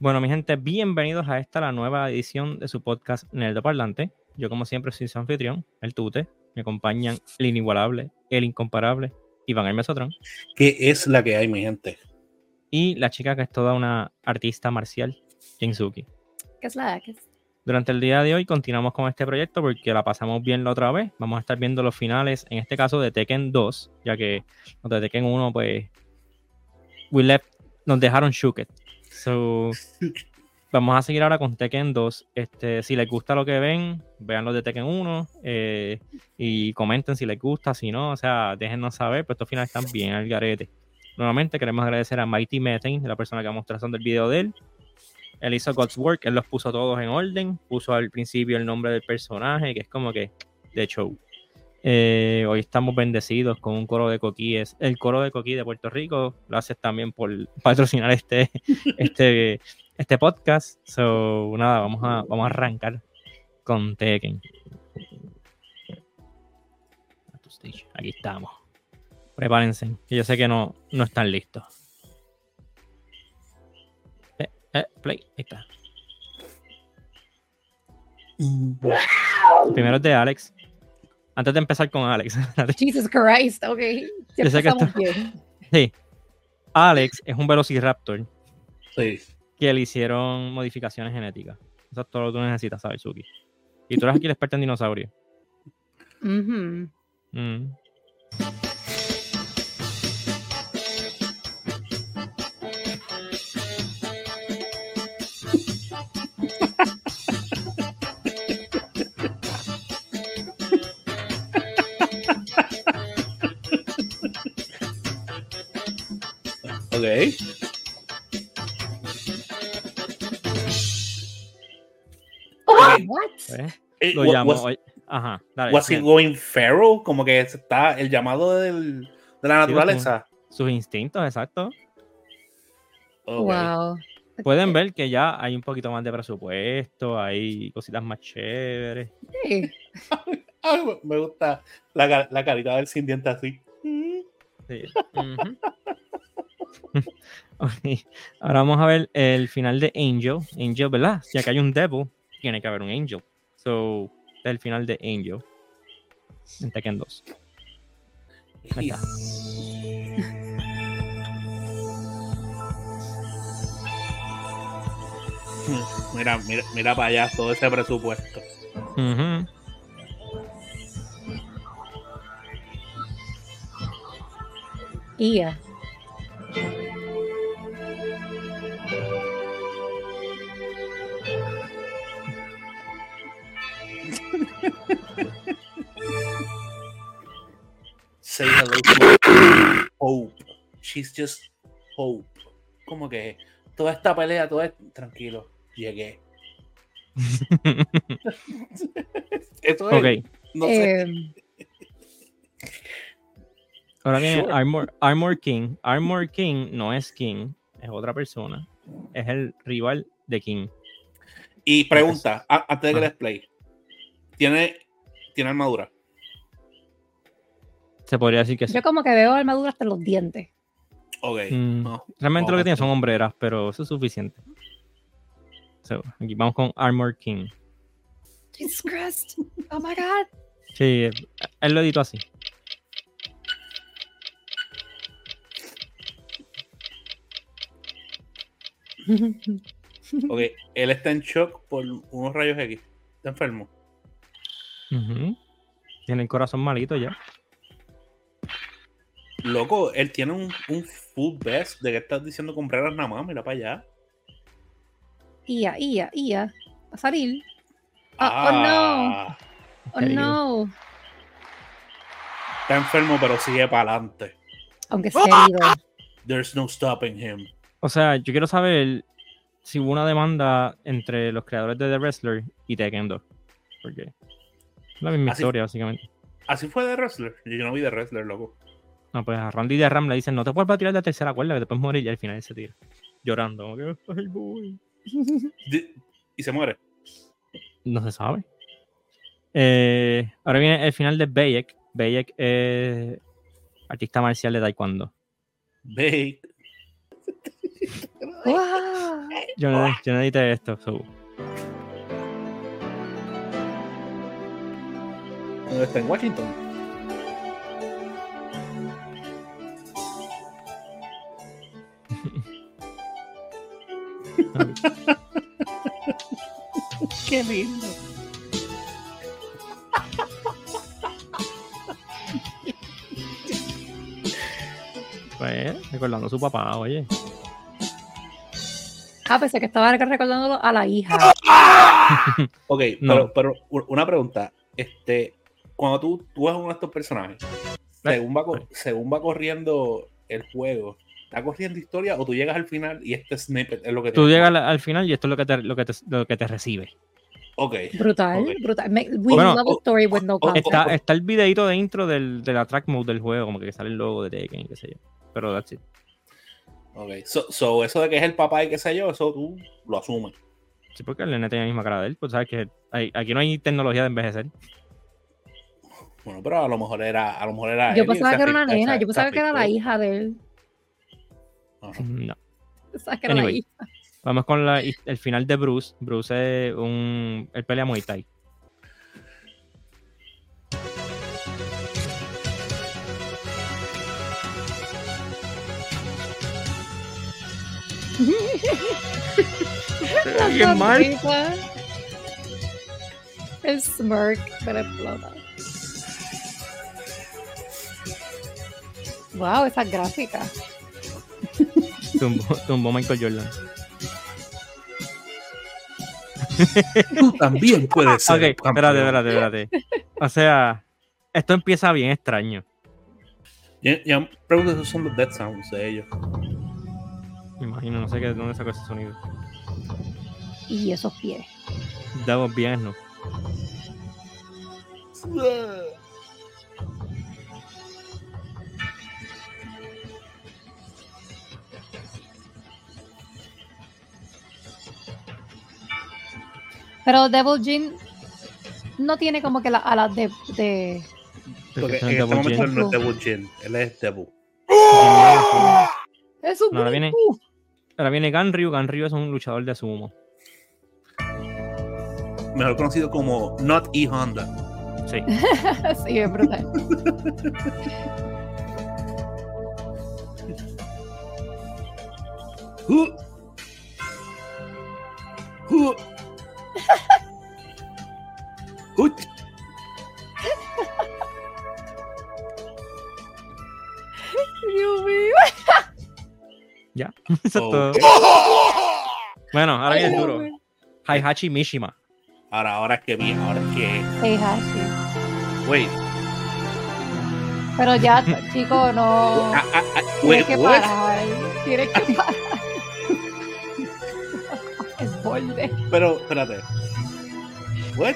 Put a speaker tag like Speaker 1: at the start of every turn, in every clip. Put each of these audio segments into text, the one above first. Speaker 1: Bueno, mi gente, bienvenidos a esta, la nueva edición de su podcast Nerdo Parlante. Yo, como siempre, soy su anfitrión, el Tute. Me acompañan el inigualable, el incomparable, Iván El Mesotrón.
Speaker 2: ¿Qué es la que hay, mi gente?
Speaker 1: Y la chica que es toda una artista marcial, Jinsuki.
Speaker 3: ¿Qué es la que es?
Speaker 1: Durante el día de hoy continuamos con este proyecto porque la pasamos bien la otra vez. Vamos a estar viendo los finales, en este caso de Tekken 2, ya que los de Tekken 1, pues. We left, nos dejaron shooked. So, vamos a seguir ahora con Tekken 2. Este, si les gusta lo que ven, vean los de Tekken 1 eh, y comenten si les gusta, si no, o sea, déjennos saber, pues estos finales están bien al garete. Nuevamente queremos agradecer a Mighty Metain, la persona que vamos trazando el video de él. Él hizo God's Work, él los puso todos en orden, puso al principio el nombre del personaje, que es como que de show. Eh, hoy estamos bendecidos con un coro de coquíes. El coro de coquí de Puerto Rico, gracias también por patrocinar este, este, este podcast. So, nada, vamos a, vamos a arrancar con Tekken. Aquí estamos. Prepárense, que yo sé que no, no están listos. Eh, eh, play, ahí está. El primero es de Alex antes de empezar con Alex.
Speaker 3: Jesus Christ, ok.
Speaker 1: Yo sé que esto... Sí. Alex es un velociraptor
Speaker 2: Sí.
Speaker 1: que le hicieron modificaciones genéticas. Eso es todo lo que tú necesitas saber, Suki. Y tú eres aquí el experto en dinosaurios.
Speaker 3: Mhm.
Speaker 1: Mm.
Speaker 2: Ok.
Speaker 3: What?
Speaker 1: ¿ves?
Speaker 2: Eh,
Speaker 1: Lo
Speaker 2: wa-
Speaker 1: llamo.
Speaker 2: was,
Speaker 1: oye. Ajá, dale.
Speaker 2: was he
Speaker 1: bien.
Speaker 2: going feral? Como que se está el llamado del- de la
Speaker 1: Sí, pues,
Speaker 2: naturaleza.
Speaker 1: Sus instintos, exacto. pues.
Speaker 2: Ok.
Speaker 3: Wow.
Speaker 1: Pueden ver que ya hay un poquito más de presupuesto, hay cositas más chéveres.
Speaker 3: Sí.
Speaker 2: Ay, me- me gusta la, ca- la calidad del sin dientes así. Mm.
Speaker 1: Sí. Ujú. Ok, Ahora vamos a ver el final de Angel. Angel, ¿verdad? Si acá hay un Devil, tiene que haber un Angel. So, este es el final de Angel. En Tekken 2. Ahí está.
Speaker 2: Mira, mira, mira para allá todo ese presupuesto.
Speaker 1: Ujú.
Speaker 3: Ia.
Speaker 2: Say hello to Hope. She's just Hope. Como que toda esta pelea, todo es- tranquilo, llegué. Esto es,
Speaker 1: ok.
Speaker 2: no sé.
Speaker 3: Em,
Speaker 1: Ahora viene
Speaker 2: Sure.
Speaker 1: Armor, Armor King. Armor King no es King, es otra persona. Es el rival de King.
Speaker 2: Y pregunta, a- antes de que
Speaker 1: Ajá.
Speaker 2: les play, ¿tiene, ¿tiene armadura?
Speaker 1: Se podría decir que sí.
Speaker 3: yo como que veo armadura hasta los dientes.
Speaker 2: Ok.
Speaker 1: Mm.
Speaker 2: No.
Speaker 1: Realmente lo
Speaker 2: Ojo.
Speaker 1: que tiene son hombreras, pero eso es suficiente. So, aquí vamos con Armor King.
Speaker 3: Jesus Christ. Oh my God.
Speaker 1: Sí, él lo editó así.
Speaker 2: Ok, él está en shock por unos rayos X. Está enfermo.
Speaker 1: Ujú. Tiene el corazón malito ya.
Speaker 2: Loco, él tiene un, un full vest. ¿De qué estás diciendo comprar nada más? Mira para allá.
Speaker 3: Ia, Ia, Ia. A salir.
Speaker 2: Ah,
Speaker 3: Oh
Speaker 1: Querido.
Speaker 3: no.
Speaker 2: Está enfermo, pero sigue para adelante.
Speaker 3: Aunque sea herido.
Speaker 2: There's no stopping him.
Speaker 1: O sea, yo quiero saber si hubo una demanda entre los creadores de The Wrestler y Tekken 2. Porque es la misma
Speaker 2: Así-
Speaker 1: historia, básicamente.
Speaker 2: Así fue de Wrestler. Yo no vi de Wrestler, loco.
Speaker 1: No, pues a Randy de Ram le dicen, no te puedes tirar de la tercera cuerda, que te puedes morir. Y al final él se tira. Llorando. como que, "Ay, voy".
Speaker 2: Di- Y se muere.
Speaker 1: No se sabe. Eh, ahora viene el final de Bayek. Bayek es artista marcial de Taekwondo.
Speaker 2: Bake.
Speaker 3: ¡Guau!
Speaker 1: Yo no, yo no edité esto. so.
Speaker 2: ¿Dónde está en Washington?
Speaker 3: ¡Qué lindo!
Speaker 1: Pues, recordando a su papá, oye.
Speaker 3: Ah, pensé que estaba recordándolo a la hija.
Speaker 2: Ok,
Speaker 1: No.
Speaker 2: pero, pero u- una pregunta. Este, cuando tú, tú ves uno de estos personajes, según va, co- según va corriendo el juego, ¿está corriendo historia o tú llegas al final y este snippet es lo que
Speaker 1: Tú
Speaker 2: te-
Speaker 1: llegas al, al final y esto es lo que te, lo que te, lo que te recibe.
Speaker 2: Ok.
Speaker 3: Brutal,
Speaker 2: Ok.
Speaker 3: brutal. Me- we
Speaker 1: Bueno,
Speaker 3: love a story with no
Speaker 2: o-
Speaker 3: context.
Speaker 1: Está, está el videito de intro del, de la track mode del juego, como que sale el logo de Tekken, qué sé yo. Pero that's it.
Speaker 2: ok. So, so, eso de que es el papá y qué sé yo, eso tú lo asumes.
Speaker 1: Sí, porque el nene tiene la misma cara de él. Pues sabes que hay- aquí no hay tecnología de envejecer.
Speaker 2: Bueno, pero a lo mejor era. A lo mejor
Speaker 1: Ah,
Speaker 2: era él
Speaker 3: Yo
Speaker 2: y
Speaker 3: pensaba
Speaker 2: se
Speaker 3: que era una
Speaker 2: afectó-
Speaker 3: nena,
Speaker 2: se-
Speaker 3: yo
Speaker 2: se
Speaker 3: pensaba que era la
Speaker 2: afectó.
Speaker 3: hija de él.
Speaker 2: Ajá.
Speaker 1: No.
Speaker 3: Pensaba que era la
Speaker 1: Anyway.
Speaker 3: hija.
Speaker 1: Vamos con la- el final de Bruce. Bruce es un. Él pelea Muay Thai.
Speaker 3: La sonrisa. El smirk, pero explota. Wow, esas gráficas.
Speaker 1: Tumbó, tumbó Michael Jordan.
Speaker 2: Tú también puedes
Speaker 1: Ok, espérate, espérate, espérate. O sea, esto empieza bien extraño.
Speaker 2: Ya, ya me pregunto, esos son los dead sounds de ellos.
Speaker 1: Me imagino, no sé qué- de dónde sacó ese sonido.
Speaker 3: Y esos pies.
Speaker 1: Davos bien, ¿no?
Speaker 3: Pero Devil Jin no tiene como que las alas de, de-
Speaker 1: Porque
Speaker 2: Porque en
Speaker 1: son
Speaker 2: este
Speaker 1: Double
Speaker 2: momento
Speaker 1: Jin.
Speaker 2: él no es Devil Jin, él es Devil.
Speaker 3: Es un
Speaker 1: No, ahora viene-
Speaker 3: grupo.
Speaker 1: Ahora viene Ganryu. Ganryu es un luchador de sumo.
Speaker 2: Mejor conocido como Not E Honda.
Speaker 1: Sí.
Speaker 3: Sí, es brutal.
Speaker 2: Huh. Huh. Huh.
Speaker 3: Dios mío.
Speaker 1: Eso es todo.
Speaker 2: Ok.
Speaker 1: Bueno, ahora viene el
Speaker 3: Dios
Speaker 1: duro.
Speaker 3: mío.
Speaker 1: Heihachi Mishima.
Speaker 2: Ahora, ahora que bien, ahora que.
Speaker 3: Heihachi.
Speaker 2: Wait,
Speaker 3: Pero ya, chico, no.
Speaker 2: ah, ah, ah, wait,
Speaker 3: Tienes que
Speaker 2: what?
Speaker 3: parar. Tienes que parar. Es borde.
Speaker 2: Pero, espérate. What?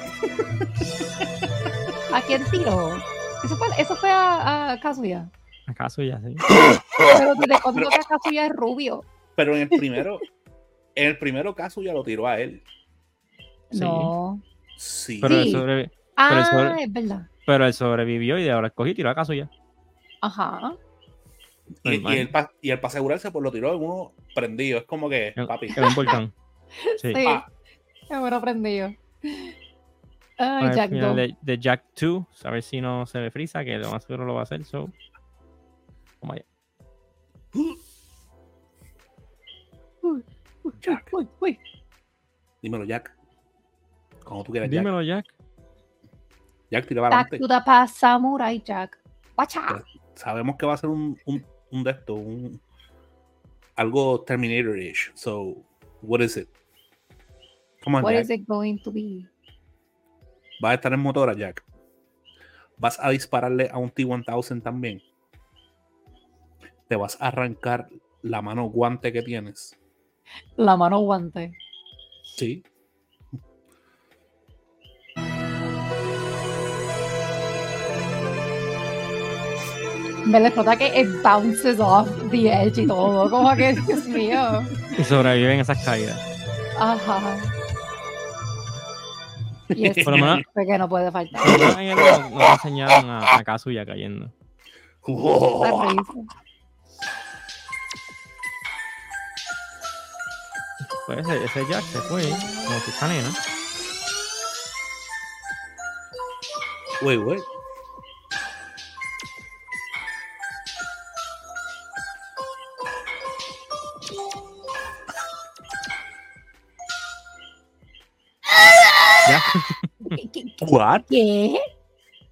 Speaker 3: ¿A quién tiró? Eso fue, eso fue a, a Kazuya.
Speaker 1: ¿Acaso ya sí?
Speaker 3: Pero desde cuando que Kazuya es rubio.
Speaker 2: Pero en el primero, en el primero caso ya lo tiró a él.
Speaker 1: Sí.
Speaker 3: No.
Speaker 2: Sí.
Speaker 1: Pero,
Speaker 3: Sí.
Speaker 1: él sobrevi-
Speaker 3: Ah,
Speaker 1: eso-
Speaker 3: es verdad.
Speaker 1: pero él sobrevivió y de ahora escogí y tiró a Kazuya.
Speaker 3: Ajá.
Speaker 2: Y,
Speaker 1: Normal.
Speaker 2: y él, pa- y él para asegurarse, pues lo tiró en uno prendido. Es como que,
Speaker 1: En-
Speaker 2: papi.
Speaker 1: en un volcán. Sí.
Speaker 3: Sí.
Speaker 2: Ah.
Speaker 3: Ya me lo aprendí yo.
Speaker 1: Ahora
Speaker 3: Ay,
Speaker 1: el
Speaker 3: Jack
Speaker 1: final
Speaker 3: Do.
Speaker 1: de, de Jack 2, a ver si no se me frisa, que lo más seguro lo va a hacer. So. Vamos allá.
Speaker 3: Uy, uy,
Speaker 2: Jack.
Speaker 3: uy, uy.
Speaker 2: Dímelo, Jack. Como tú quieras, Jack.
Speaker 1: Dímelo, Jack.
Speaker 2: Jack tira
Speaker 1: Ah,
Speaker 2: para
Speaker 3: Back
Speaker 2: adelante.
Speaker 3: to the past, Samurai Jack. Watcha.
Speaker 2: Sabemos que va a ser un, un, un de estos, un, algo Terminator-ish. So, what is it? Come on,
Speaker 3: What
Speaker 2: Jack.
Speaker 3: is it going to be?
Speaker 2: Vas a estar en motora, Jack. Vas a dispararle a un T-1000 también. Te vas a arrancar la mano guante que tienes.
Speaker 3: La mano guante.
Speaker 2: Sí.
Speaker 3: Me le explota que it bounces off the edge y todo. Como que, Dios mío.
Speaker 1: Y sobreviven esas caídas.
Speaker 3: Ajá. Y es
Speaker 1: Por lo menos,
Speaker 3: que no puede faltar.
Speaker 1: por lo menos en el no, no enseñaron a, a Kazuya cayendo.
Speaker 3: La risa.
Speaker 1: Pues ese, ese Jack se fue, como si está nena.
Speaker 2: Wait, wait.
Speaker 1: Ya,
Speaker 3: ¿Qué? qué-
Speaker 2: What?
Speaker 3: qué?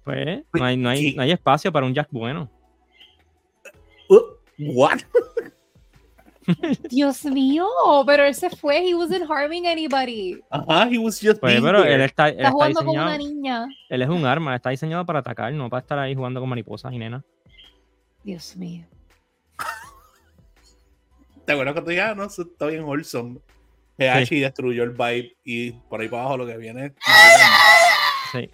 Speaker 1: pues no hay, no, hay,
Speaker 2: Sí.
Speaker 1: no hay espacio para un Jack bueno.
Speaker 2: Uh, What?
Speaker 3: Dios mío, pero él se fue. He wasn't harming anybody.
Speaker 2: Ajá, he was just
Speaker 1: Pues,
Speaker 2: being
Speaker 1: pero
Speaker 2: there.
Speaker 1: él está, él
Speaker 3: Está
Speaker 1: está
Speaker 3: jugando con una
Speaker 1: diseñado.
Speaker 3: niña.
Speaker 1: Él es un arma, está diseñado para atacar, no para estar ahí jugando con mariposas y nenas.
Speaker 3: Dios mío.
Speaker 2: ¿Te acuerdas que te dije, ah, no, eso está bien wholesome? Heashi destruyó el vibe y por ahí para abajo lo que viene es...
Speaker 1: Sí.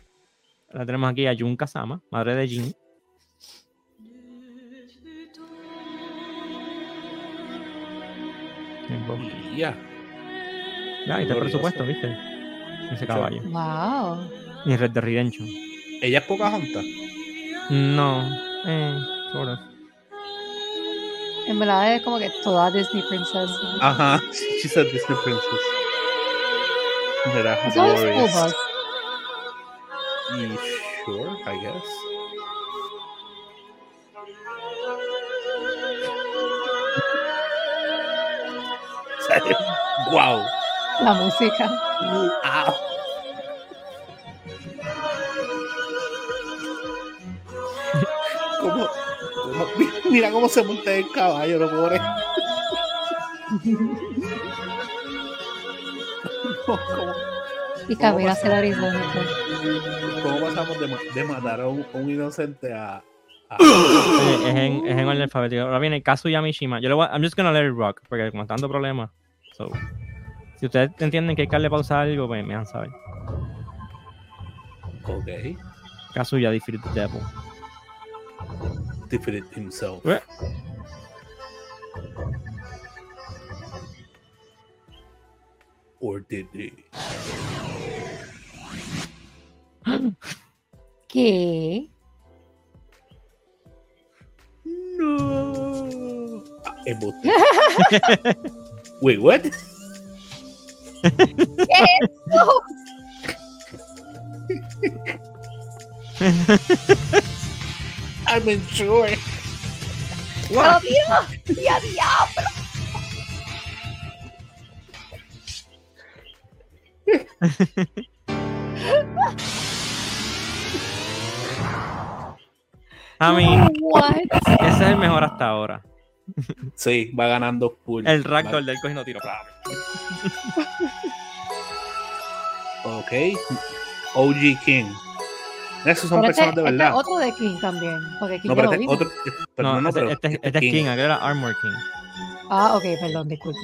Speaker 1: La tenemos aquí a Jun Kazama, madre de Jin.
Speaker 2: Ya.
Speaker 1: Ya, ahí está el
Speaker 2: Glorioso.
Speaker 1: presupuesto, ¿viste? Ese caballo.
Speaker 3: Wow.
Speaker 1: Y Red de Redemption.
Speaker 2: Ella es poca junta.
Speaker 1: No. Eh, sort of.
Speaker 3: En verdad es como que toda Disney princess.
Speaker 2: Ajá. She's a Disney princess. Era
Speaker 3: Es un school
Speaker 2: glorious.
Speaker 3: bus.
Speaker 2: Y sure, I guess. wow.
Speaker 3: La música.
Speaker 2: Wow. ¿Cómo, cómo- mira cómo se monta el caballo, lo pobre. No, ¿Cómo,
Speaker 3: Y camina
Speaker 2: pasó?
Speaker 3: hacia el horizonte.
Speaker 2: cómo pasamos de, ma- de matar a un, un inocente a, a-
Speaker 1: Eh, es, en, es en orden alfabético. Ahora viene Kazuya Mishima. Yo le voy a, I'm just gonna let it rock, porque como está dando problemas. So, si ustedes entienden que hay que darle pausa a algo, pues me dejan saber.
Speaker 2: Ok.
Speaker 1: Kazuya Defeated the Devil.
Speaker 2: Defeated himself.
Speaker 1: Eh.
Speaker 2: Or did he?
Speaker 3: ¿Qué?
Speaker 2: No. Ah, embuste. Wait, what? I'm enjoying.
Speaker 3: ¡Oh, Dios! ¡Día, día!
Speaker 1: I mean,
Speaker 3: What?
Speaker 1: ese es el mejor hasta ahora.
Speaker 2: Sí, va ganando full.
Speaker 1: El Ragdoll del cogiendo tiro.
Speaker 2: Ah, Ok. OG King. Esos son
Speaker 3: Pero
Speaker 2: personas
Speaker 3: este-
Speaker 2: de
Speaker 3: este es
Speaker 2: verdad.
Speaker 3: otro de King también. Porque King
Speaker 2: No,
Speaker 3: ya
Speaker 2: pero
Speaker 3: lo
Speaker 2: este,
Speaker 3: vimos.
Speaker 2: otro, pero
Speaker 1: No,
Speaker 2: no, no,
Speaker 1: este,
Speaker 2: pero
Speaker 1: este,
Speaker 2: este
Speaker 1: este es
Speaker 2: King.
Speaker 1: King, aquel era Armor King.
Speaker 3: Ah, ok, perdón, disculpa.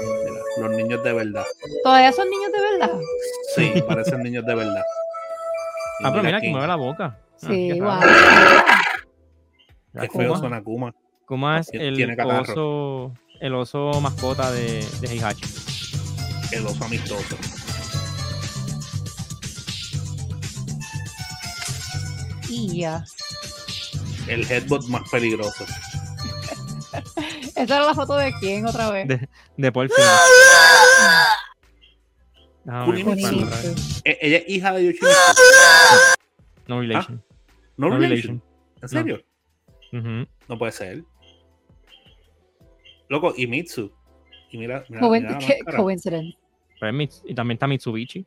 Speaker 2: Mira, Los niños de verdad.
Speaker 3: ¿Todavía son niños de verdad?
Speaker 2: Ah, Sí, parecen niños de verdad. Y
Speaker 1: Ah, pero mira
Speaker 2: King.
Speaker 1: que mueve la boca. Ah,
Speaker 3: Sí,
Speaker 1: qué
Speaker 3: wow.
Speaker 1: raro.
Speaker 2: Qué feo
Speaker 1: Kuma.
Speaker 2: suena Kuma.
Speaker 1: Kuma es
Speaker 2: Tiene- tiene
Speaker 1: el
Speaker 2: catarro.
Speaker 1: oso, el oso mascota de, de Heihachi.
Speaker 2: El oso amistoso.
Speaker 3: Y ya.
Speaker 2: El headbutt más peligroso.
Speaker 3: ¿Esta era la foto de quién otra vez?
Speaker 1: De- De Paul Finn. Ah, Déjame ver,
Speaker 2: Kunimi.
Speaker 1: Paul Finn,
Speaker 3: Buenísimo.
Speaker 1: otra vez.
Speaker 2: E- ella es hija de Yoshimitsu.
Speaker 1: No relation.
Speaker 2: Ah, No,
Speaker 1: no
Speaker 2: relation.
Speaker 1: relation.
Speaker 2: ¿En serio?
Speaker 1: Ujú.
Speaker 2: No puede ser. Loco, y Mitsu. Y mira, mira,
Speaker 3: Coin-
Speaker 2: mira la
Speaker 3: qué
Speaker 2: máscara.
Speaker 3: coincidence.
Speaker 1: Pero es Mits- Pues y también está Mitsubishi.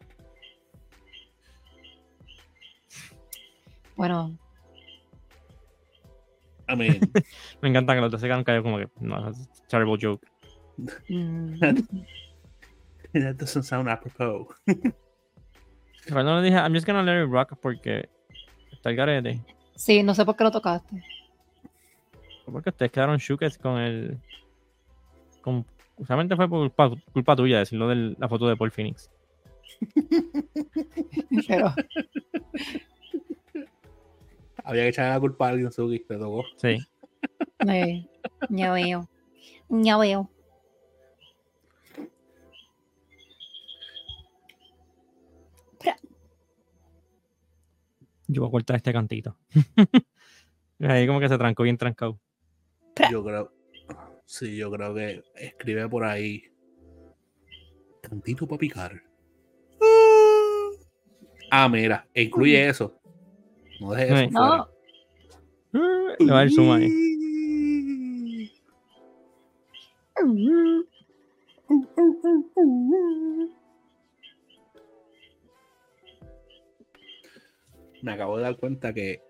Speaker 3: Bueno,
Speaker 2: I mean,
Speaker 1: Me encanta que los dos se quedan callados como que, no, that's a terrible joke.
Speaker 3: mm,
Speaker 2: that doesn't sound apropos.
Speaker 1: Pero no le dije, I'm just gonna let it rock porque está el garete.
Speaker 3: sí, no sé por qué lo tocaste.
Speaker 1: Pues Porque ustedes quedaron shookers con el. Con, justamente fue por culpa, culpa tuya decirlo de la foto de Paul Phoenix.
Speaker 3: Pero,
Speaker 2: Había que echarle la culpa a alguien, Sugi. Te tocó.
Speaker 1: Sí.
Speaker 3: eh, ya veo. Ya veo.
Speaker 1: Yo voy a cortar este cantito. Ahí como que se trancó bien trancado.
Speaker 3: Pra.
Speaker 2: Yo creo. Sí, yo creo que escribe por ahí. Tantito para picar. Ah, mira, e incluye eso. No dejes eso.
Speaker 1: Sí.
Speaker 2: fuera.
Speaker 3: No,
Speaker 1: Le va a dar zoom ahí.
Speaker 2: Me acabo de dar cuenta que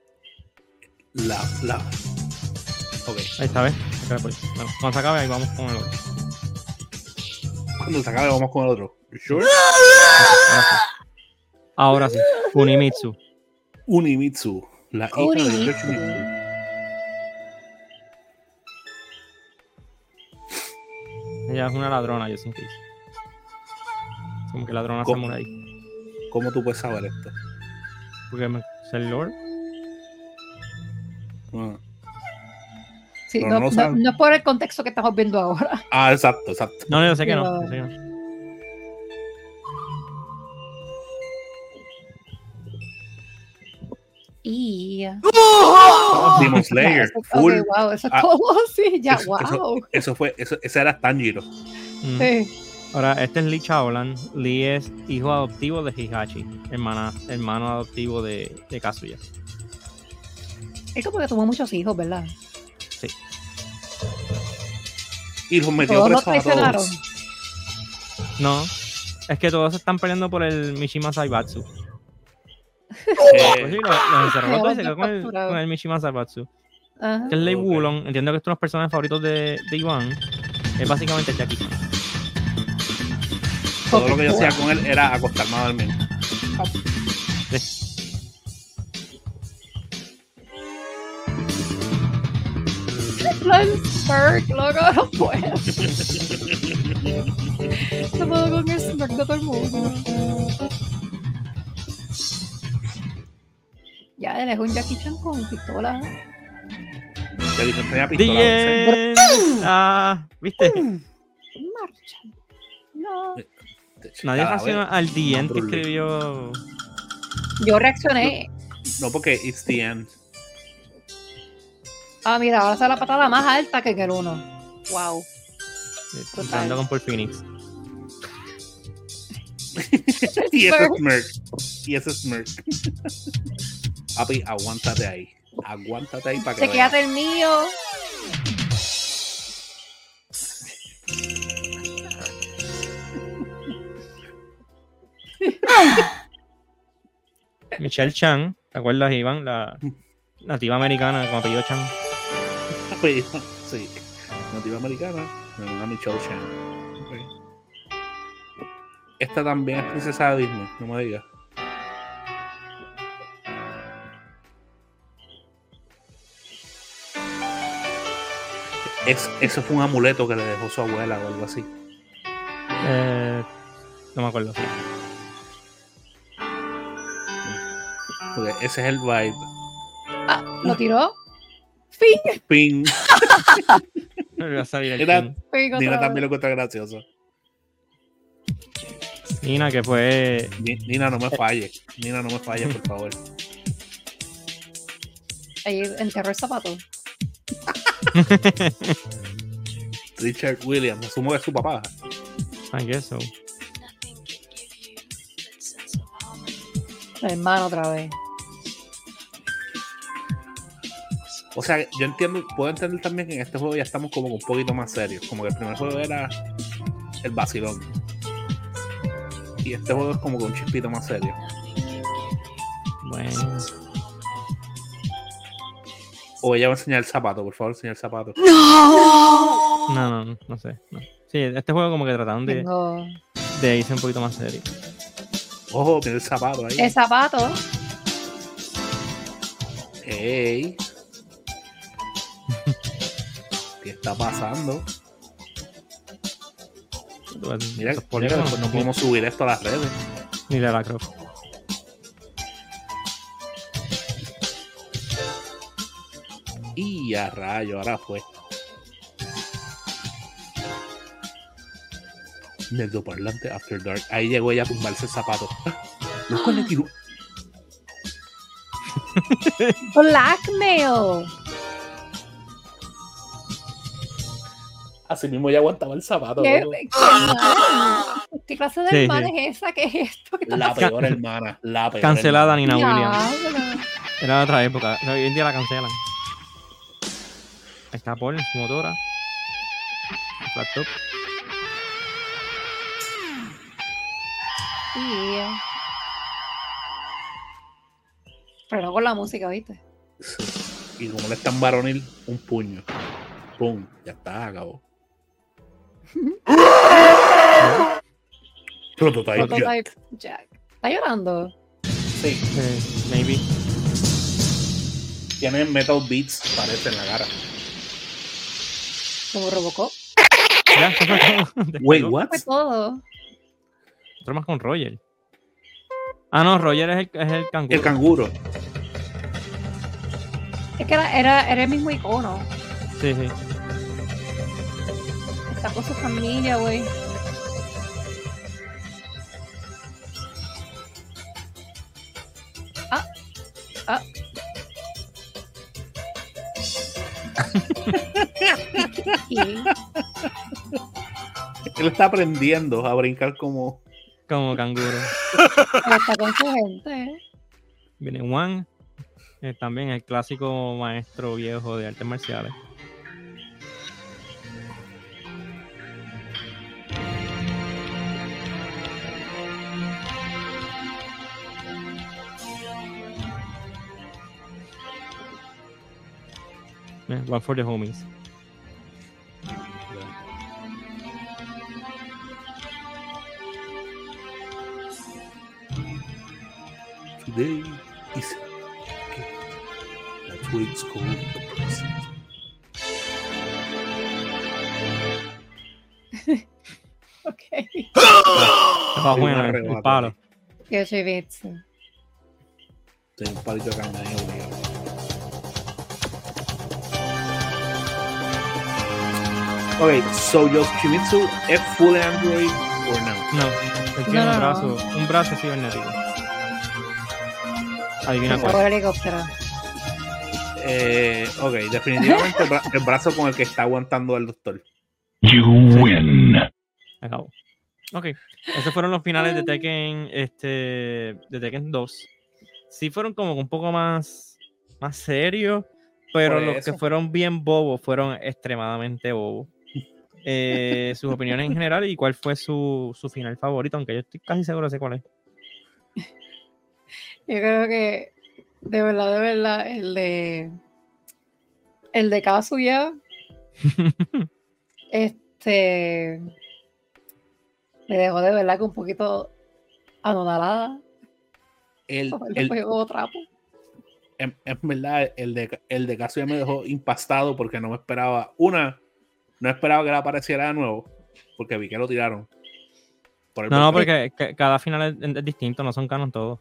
Speaker 2: la, la... Ok,
Speaker 1: Ahí está, ¿ves? Acá la puse. Bueno, cuando se acabe, ahí vamos con el otro.
Speaker 2: cuando se acabe vamos con el otro. Sure.
Speaker 1: Ahora sí. Kunimitsu.
Speaker 2: Unimitsu, la hija de
Speaker 3: Unimitsu.
Speaker 2: George Mitsubishi.
Speaker 1: Ella es una ladrona, yo sin que. Como que ladrona
Speaker 2: ¿Cómo?
Speaker 1: samurai.
Speaker 2: ¿Cómo tú puedes saber esto?
Speaker 1: Porque me- es el lore.
Speaker 2: Ah.
Speaker 3: sí,
Speaker 2: Pero
Speaker 3: no,
Speaker 2: no
Speaker 3: no-
Speaker 2: saben.
Speaker 3: no es por el contexto que estamos viendo ahora.
Speaker 2: Ah, exacto, exacto.
Speaker 1: No, no, yo sé que no. yo
Speaker 3: Pero-
Speaker 1: sé que no.
Speaker 3: Y... ah,
Speaker 2: Demon Slayer,
Speaker 3: Oh, Ok,
Speaker 2: full.
Speaker 3: wow, eso es
Speaker 2: Ah,
Speaker 3: todo, sí, ya,
Speaker 2: eso-
Speaker 3: wow.
Speaker 2: Eso fue, eso, ese era Tanjiro.
Speaker 1: Mm.
Speaker 3: Sí.
Speaker 1: Ahora, este es Lee Chaolan. Lee es hijo adoptivo de Hihachi, hermana, hermano adoptivo de, de Kazuya.
Speaker 3: Es como que tuvo muchos hijos, ¿verdad?
Speaker 2: Y los metió
Speaker 3: Todos los
Speaker 2: presos a
Speaker 3: traicionaron.
Speaker 2: todos.
Speaker 1: No, es que todos se están peleando por el Mishima Saibatsu. Pues sí,
Speaker 2: Eh,
Speaker 1: los, los encerró los
Speaker 3: Pero
Speaker 1: dos y se quedó
Speaker 3: los
Speaker 1: con el,
Speaker 3: capturaron.
Speaker 1: con el Mishima Saibatsu.
Speaker 3: Ajá.
Speaker 1: Que es Lei
Speaker 2: Ok.
Speaker 1: Wulong. Entiendo que es uno de los personajes favoritos de, de Iván. Es básicamente el de aquí.
Speaker 2: todo lo que yo hacía con él era acostarme a dormir.
Speaker 3: Flensburg, loco, no puedo. No puedo con el Smirk de todo el mundo. Ya, él es un Jackie Chan con pistola.
Speaker 2: Yo dije, tenía pistola. dulce.
Speaker 1: DJ. Ah, ¿viste?
Speaker 3: Mm. Marcha. No.
Speaker 1: Nadie
Speaker 2: Cada
Speaker 1: reaccionó
Speaker 2: vez.
Speaker 1: al DM que
Speaker 2: Number Lee.
Speaker 1: escribió. eh,
Speaker 3: Yo reaccioné.
Speaker 2: No, porque it's the end.
Speaker 3: Ah, mira, ahora está la patada más alta que en el uno. Wow.
Speaker 1: Entrando con Paul Phoenix.
Speaker 2: Y ese smirk. Y ese smirk. Papi, aguántate ahí. Aguántate ahí para que. veas.
Speaker 3: Chequéate el mío.
Speaker 1: Michelle Chan, ¿te acuerdas, Iván? La nativa americana con apellido Chan.
Speaker 2: Papi, Sí. Pues, Nativa americana. no, Una Michelle Chan. Ok. Esta también es princesa de Disney, no me digas. Es, eso fue un amuleto que le dejó su abuela o algo así.
Speaker 1: Eh, no me acuerdo.
Speaker 2: Porque ese es el vibe.
Speaker 3: Ah, lo tiró. Fin.
Speaker 2: Ping.
Speaker 1: No le iba a salir el
Speaker 2: Era-
Speaker 1: pin.
Speaker 3: Fin otra
Speaker 2: Nina
Speaker 3: vez.
Speaker 2: también lo encuentra gracioso.
Speaker 1: Nina, que fue.
Speaker 2: Ni- Nina, no me falle. Nina, no me falle, por favor.
Speaker 3: Ahí enterró el zapato.
Speaker 2: Richard Williams, asumo que es su papá.
Speaker 1: I guess so.
Speaker 3: La hermana otra vez.
Speaker 2: O sea, yo entiendo, puedo entender también que en este juego ya estamos como un poquito más serios. Como que el primer juego era el vacilón. Y este juego es como que un chispito más serio.
Speaker 1: Bueno.
Speaker 2: O ella va a enseñar el zapato, por favor, enseñar el zapato.
Speaker 1: No, no, no, no sé. no. Sí, este juego como que trataron de,
Speaker 3: Tengo
Speaker 1: de irse un poquito más serio.
Speaker 2: Ojo, tiene el zapato ahí.
Speaker 3: el zapato.
Speaker 2: ¡Ey! ¿Qué está pasando? Mira,
Speaker 1: Esos
Speaker 2: mira,
Speaker 1: polígonos,
Speaker 2: después no
Speaker 1: ni-
Speaker 2: podemos subir esto a las redes.
Speaker 1: Ni Lara Croft.
Speaker 2: Y a rayo, ahora fue. Nerdoparlante After Dark. Ahí llegó ella a tumbarse el zapato. Los colectivos-
Speaker 3: Blackmail.
Speaker 2: Ah, así mismo ya aguantaba el zapato.
Speaker 3: ¿Qué,
Speaker 2: loco.
Speaker 3: qué hermana? ¿Qué clase de
Speaker 1: Sí,
Speaker 3: hermana
Speaker 1: sí.
Speaker 3: es esa? ¿Qué es esto? ¿Qué está
Speaker 2: La
Speaker 1: Can-
Speaker 2: peor hermana. La peor
Speaker 1: Cancelada
Speaker 2: hermana.
Speaker 1: Nina Williams.
Speaker 3: Diablo.
Speaker 1: Era de otra época. Hoy en día la cancelan. Ahí Está por su motora. Flat top.
Speaker 3: Sí. Pero no con la música, ¿viste?
Speaker 2: Sí. Y como le están varonil, un puño. Pum. Ya está, acabó. Prototype. ya.
Speaker 3: Prototype Jack. ¿Está llorando?
Speaker 2: Sí.
Speaker 1: Eh, maybe.
Speaker 2: Tiene metal beats, parece en la cara.
Speaker 3: Como Robocop.
Speaker 1: Ya, eso fue todo.
Speaker 2: Wait,
Speaker 1: Descargó.
Speaker 2: what?
Speaker 3: Fue todo.
Speaker 1: Otro más con Roger. Ah, no, Roger es el, es el canguro.
Speaker 2: El canguro.
Speaker 3: Es que era, era, era el mismo icono.
Speaker 1: Sí, sí.
Speaker 3: Está con su familia, güey. Ah, ah. Y-
Speaker 2: Él está aprendiendo a brincar como.
Speaker 1: Como canguro.
Speaker 3: Pero está con su gente. ¿eh?
Speaker 1: Viene Juan. eh, también el clásico maestro viejo de artes marciales. Eh, One for the homies.
Speaker 2: Today is. That's what it's called, the present.
Speaker 3: Ok.
Speaker 1: Estaba
Speaker 2: Ah, Sí,
Speaker 1: bueno,
Speaker 2: una
Speaker 1: el- el
Speaker 2: rebata.
Speaker 1: palo.
Speaker 3: Yo soy Betsy.
Speaker 2: Tengo un palito de carne ahí obligado. Ok, so Yoshimitsu es full Android or no?
Speaker 1: No, él tiene
Speaker 3: No,
Speaker 1: un
Speaker 3: no, no.
Speaker 1: brazo, un brazo cibernético. Adivina
Speaker 3: Por
Speaker 1: cuál.
Speaker 3: el helicóptero.
Speaker 2: Eh, ok, definitivamente el, bra- el brazo con el que está aguantando al doctor.
Speaker 4: You win.
Speaker 1: Acabó. Ok, esos fueron los finales de Tekken, este, de Tekken 2. Sí fueron como un poco más, más serios, pero
Speaker 2: Por
Speaker 1: los
Speaker 2: eso.
Speaker 1: que fueron bien bobos fueron extremadamente bobos. Eh, sus opiniones en general y cuál fue su, su final favorito, aunque yo estoy casi seguro de sé cuál es.
Speaker 3: Yo creo que, de verdad, de verdad, el de. El de Kazuya. este. Me dejó de verdad que un poquito anonadada.
Speaker 2: El,
Speaker 3: como
Speaker 2: el-
Speaker 3: fue otro trapo.
Speaker 2: en, en verdad, el de, el de Kazuya me dejó impactado porque no me esperaba. Una, no esperaba que la apareciera de nuevo porque vi que lo tiraron. Por el
Speaker 1: No, no,
Speaker 2: portal.
Speaker 1: porque ca- cada final es, es distinto, no son canon todos.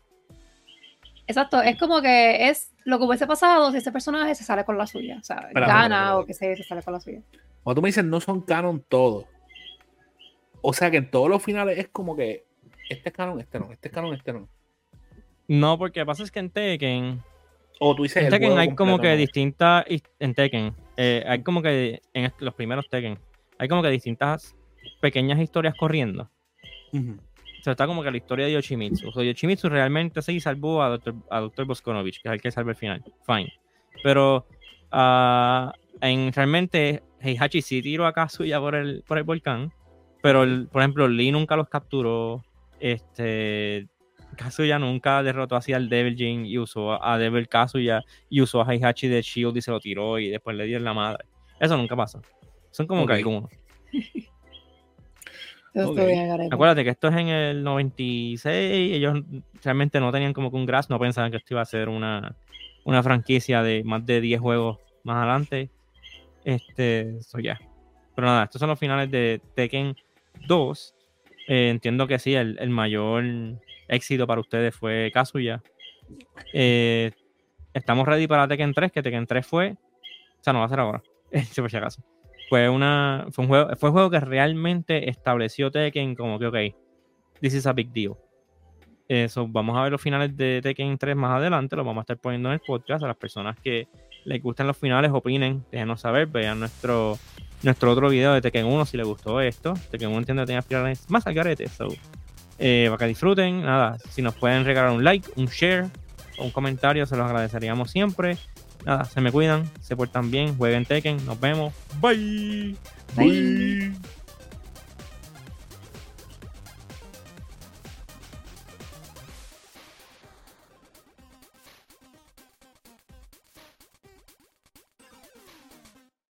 Speaker 3: Exacto, es como que es lo que hubiese pasado si ese personaje se sale con la suya. O sea,
Speaker 2: Espera,
Speaker 3: gana
Speaker 2: espera, espera.
Speaker 3: o que se, se sale con la suya.
Speaker 2: Cuando tú me dices no son canon todos. O sea que en todos los finales es como que este es canon, este no, este es canon, este no.
Speaker 1: No, porque pasa es que en Tekken
Speaker 2: O tú dices
Speaker 1: En
Speaker 2: el
Speaker 1: Tekken
Speaker 2: juego
Speaker 1: hay como Este que
Speaker 2: completo, ¿no?
Speaker 1: distintas. his- En Tekken, eh, hay como que. En est- los primeros Tekken, hay como que distintas pequeñas historias corriendo.
Speaker 2: Ujú.
Speaker 1: O sea, está como que la historia de Yoshimitsu. O sea, Yoshimitsu realmente sí salvó a Dr. a Dr. Boskonovich, que es el que salva el final. Fine. Pero. ah, en, realmente, Heihachi sí tiró a Kazuya por el, por el volcán. Pero, el- por ejemplo, Lee nunca los capturó. Este. Kazuya nunca derrotó así al Devil Jin y usó a- a Devil Kazuya y usó a Heihachi de Shield y se lo tiró y después le dio en la madre. Eso nunca pasa. Son como
Speaker 2: Ok.
Speaker 1: que algunos.
Speaker 3: Entonces,
Speaker 2: Ok.
Speaker 3: estuvo bien, garete.
Speaker 1: Acuérdate que esto es en el 96, ellos realmente no tenían como que un grasp, no pensaban que esto iba a ser una, una franquicia de más de 10 juegos más adelante. Este, eso ya. Pero nada, estos son los finales de Tekken 2. Eh, entiendo que sí, el, el mayor éxito para ustedes fue Kazuya. Eh, estamos ready para Tekken 3, que Tekken 3 fue. O sea, no va a ser ahora, si por si acaso fue una fue un juego fue un juego que realmente estableció Tekken como que ok this is a big deal eso vamos a ver los finales de Tekken 3 más adelante los vamos a estar poniendo en el podcast a las personas que les gustan los finales opinen déjenos saber vean nuestro nuestro otro video de Tekken 1 si les gustó esto. Tekken 1 entiendo que tenía finales más al garete. So, eh, para que disfruten, nada, si nos pueden regalar un like, un share o un comentario, se los agradeceríamos siempre. Nada, se me cuidan, se portan bien, jueguen Tekken, nos vemos. Bye.
Speaker 3: Bye.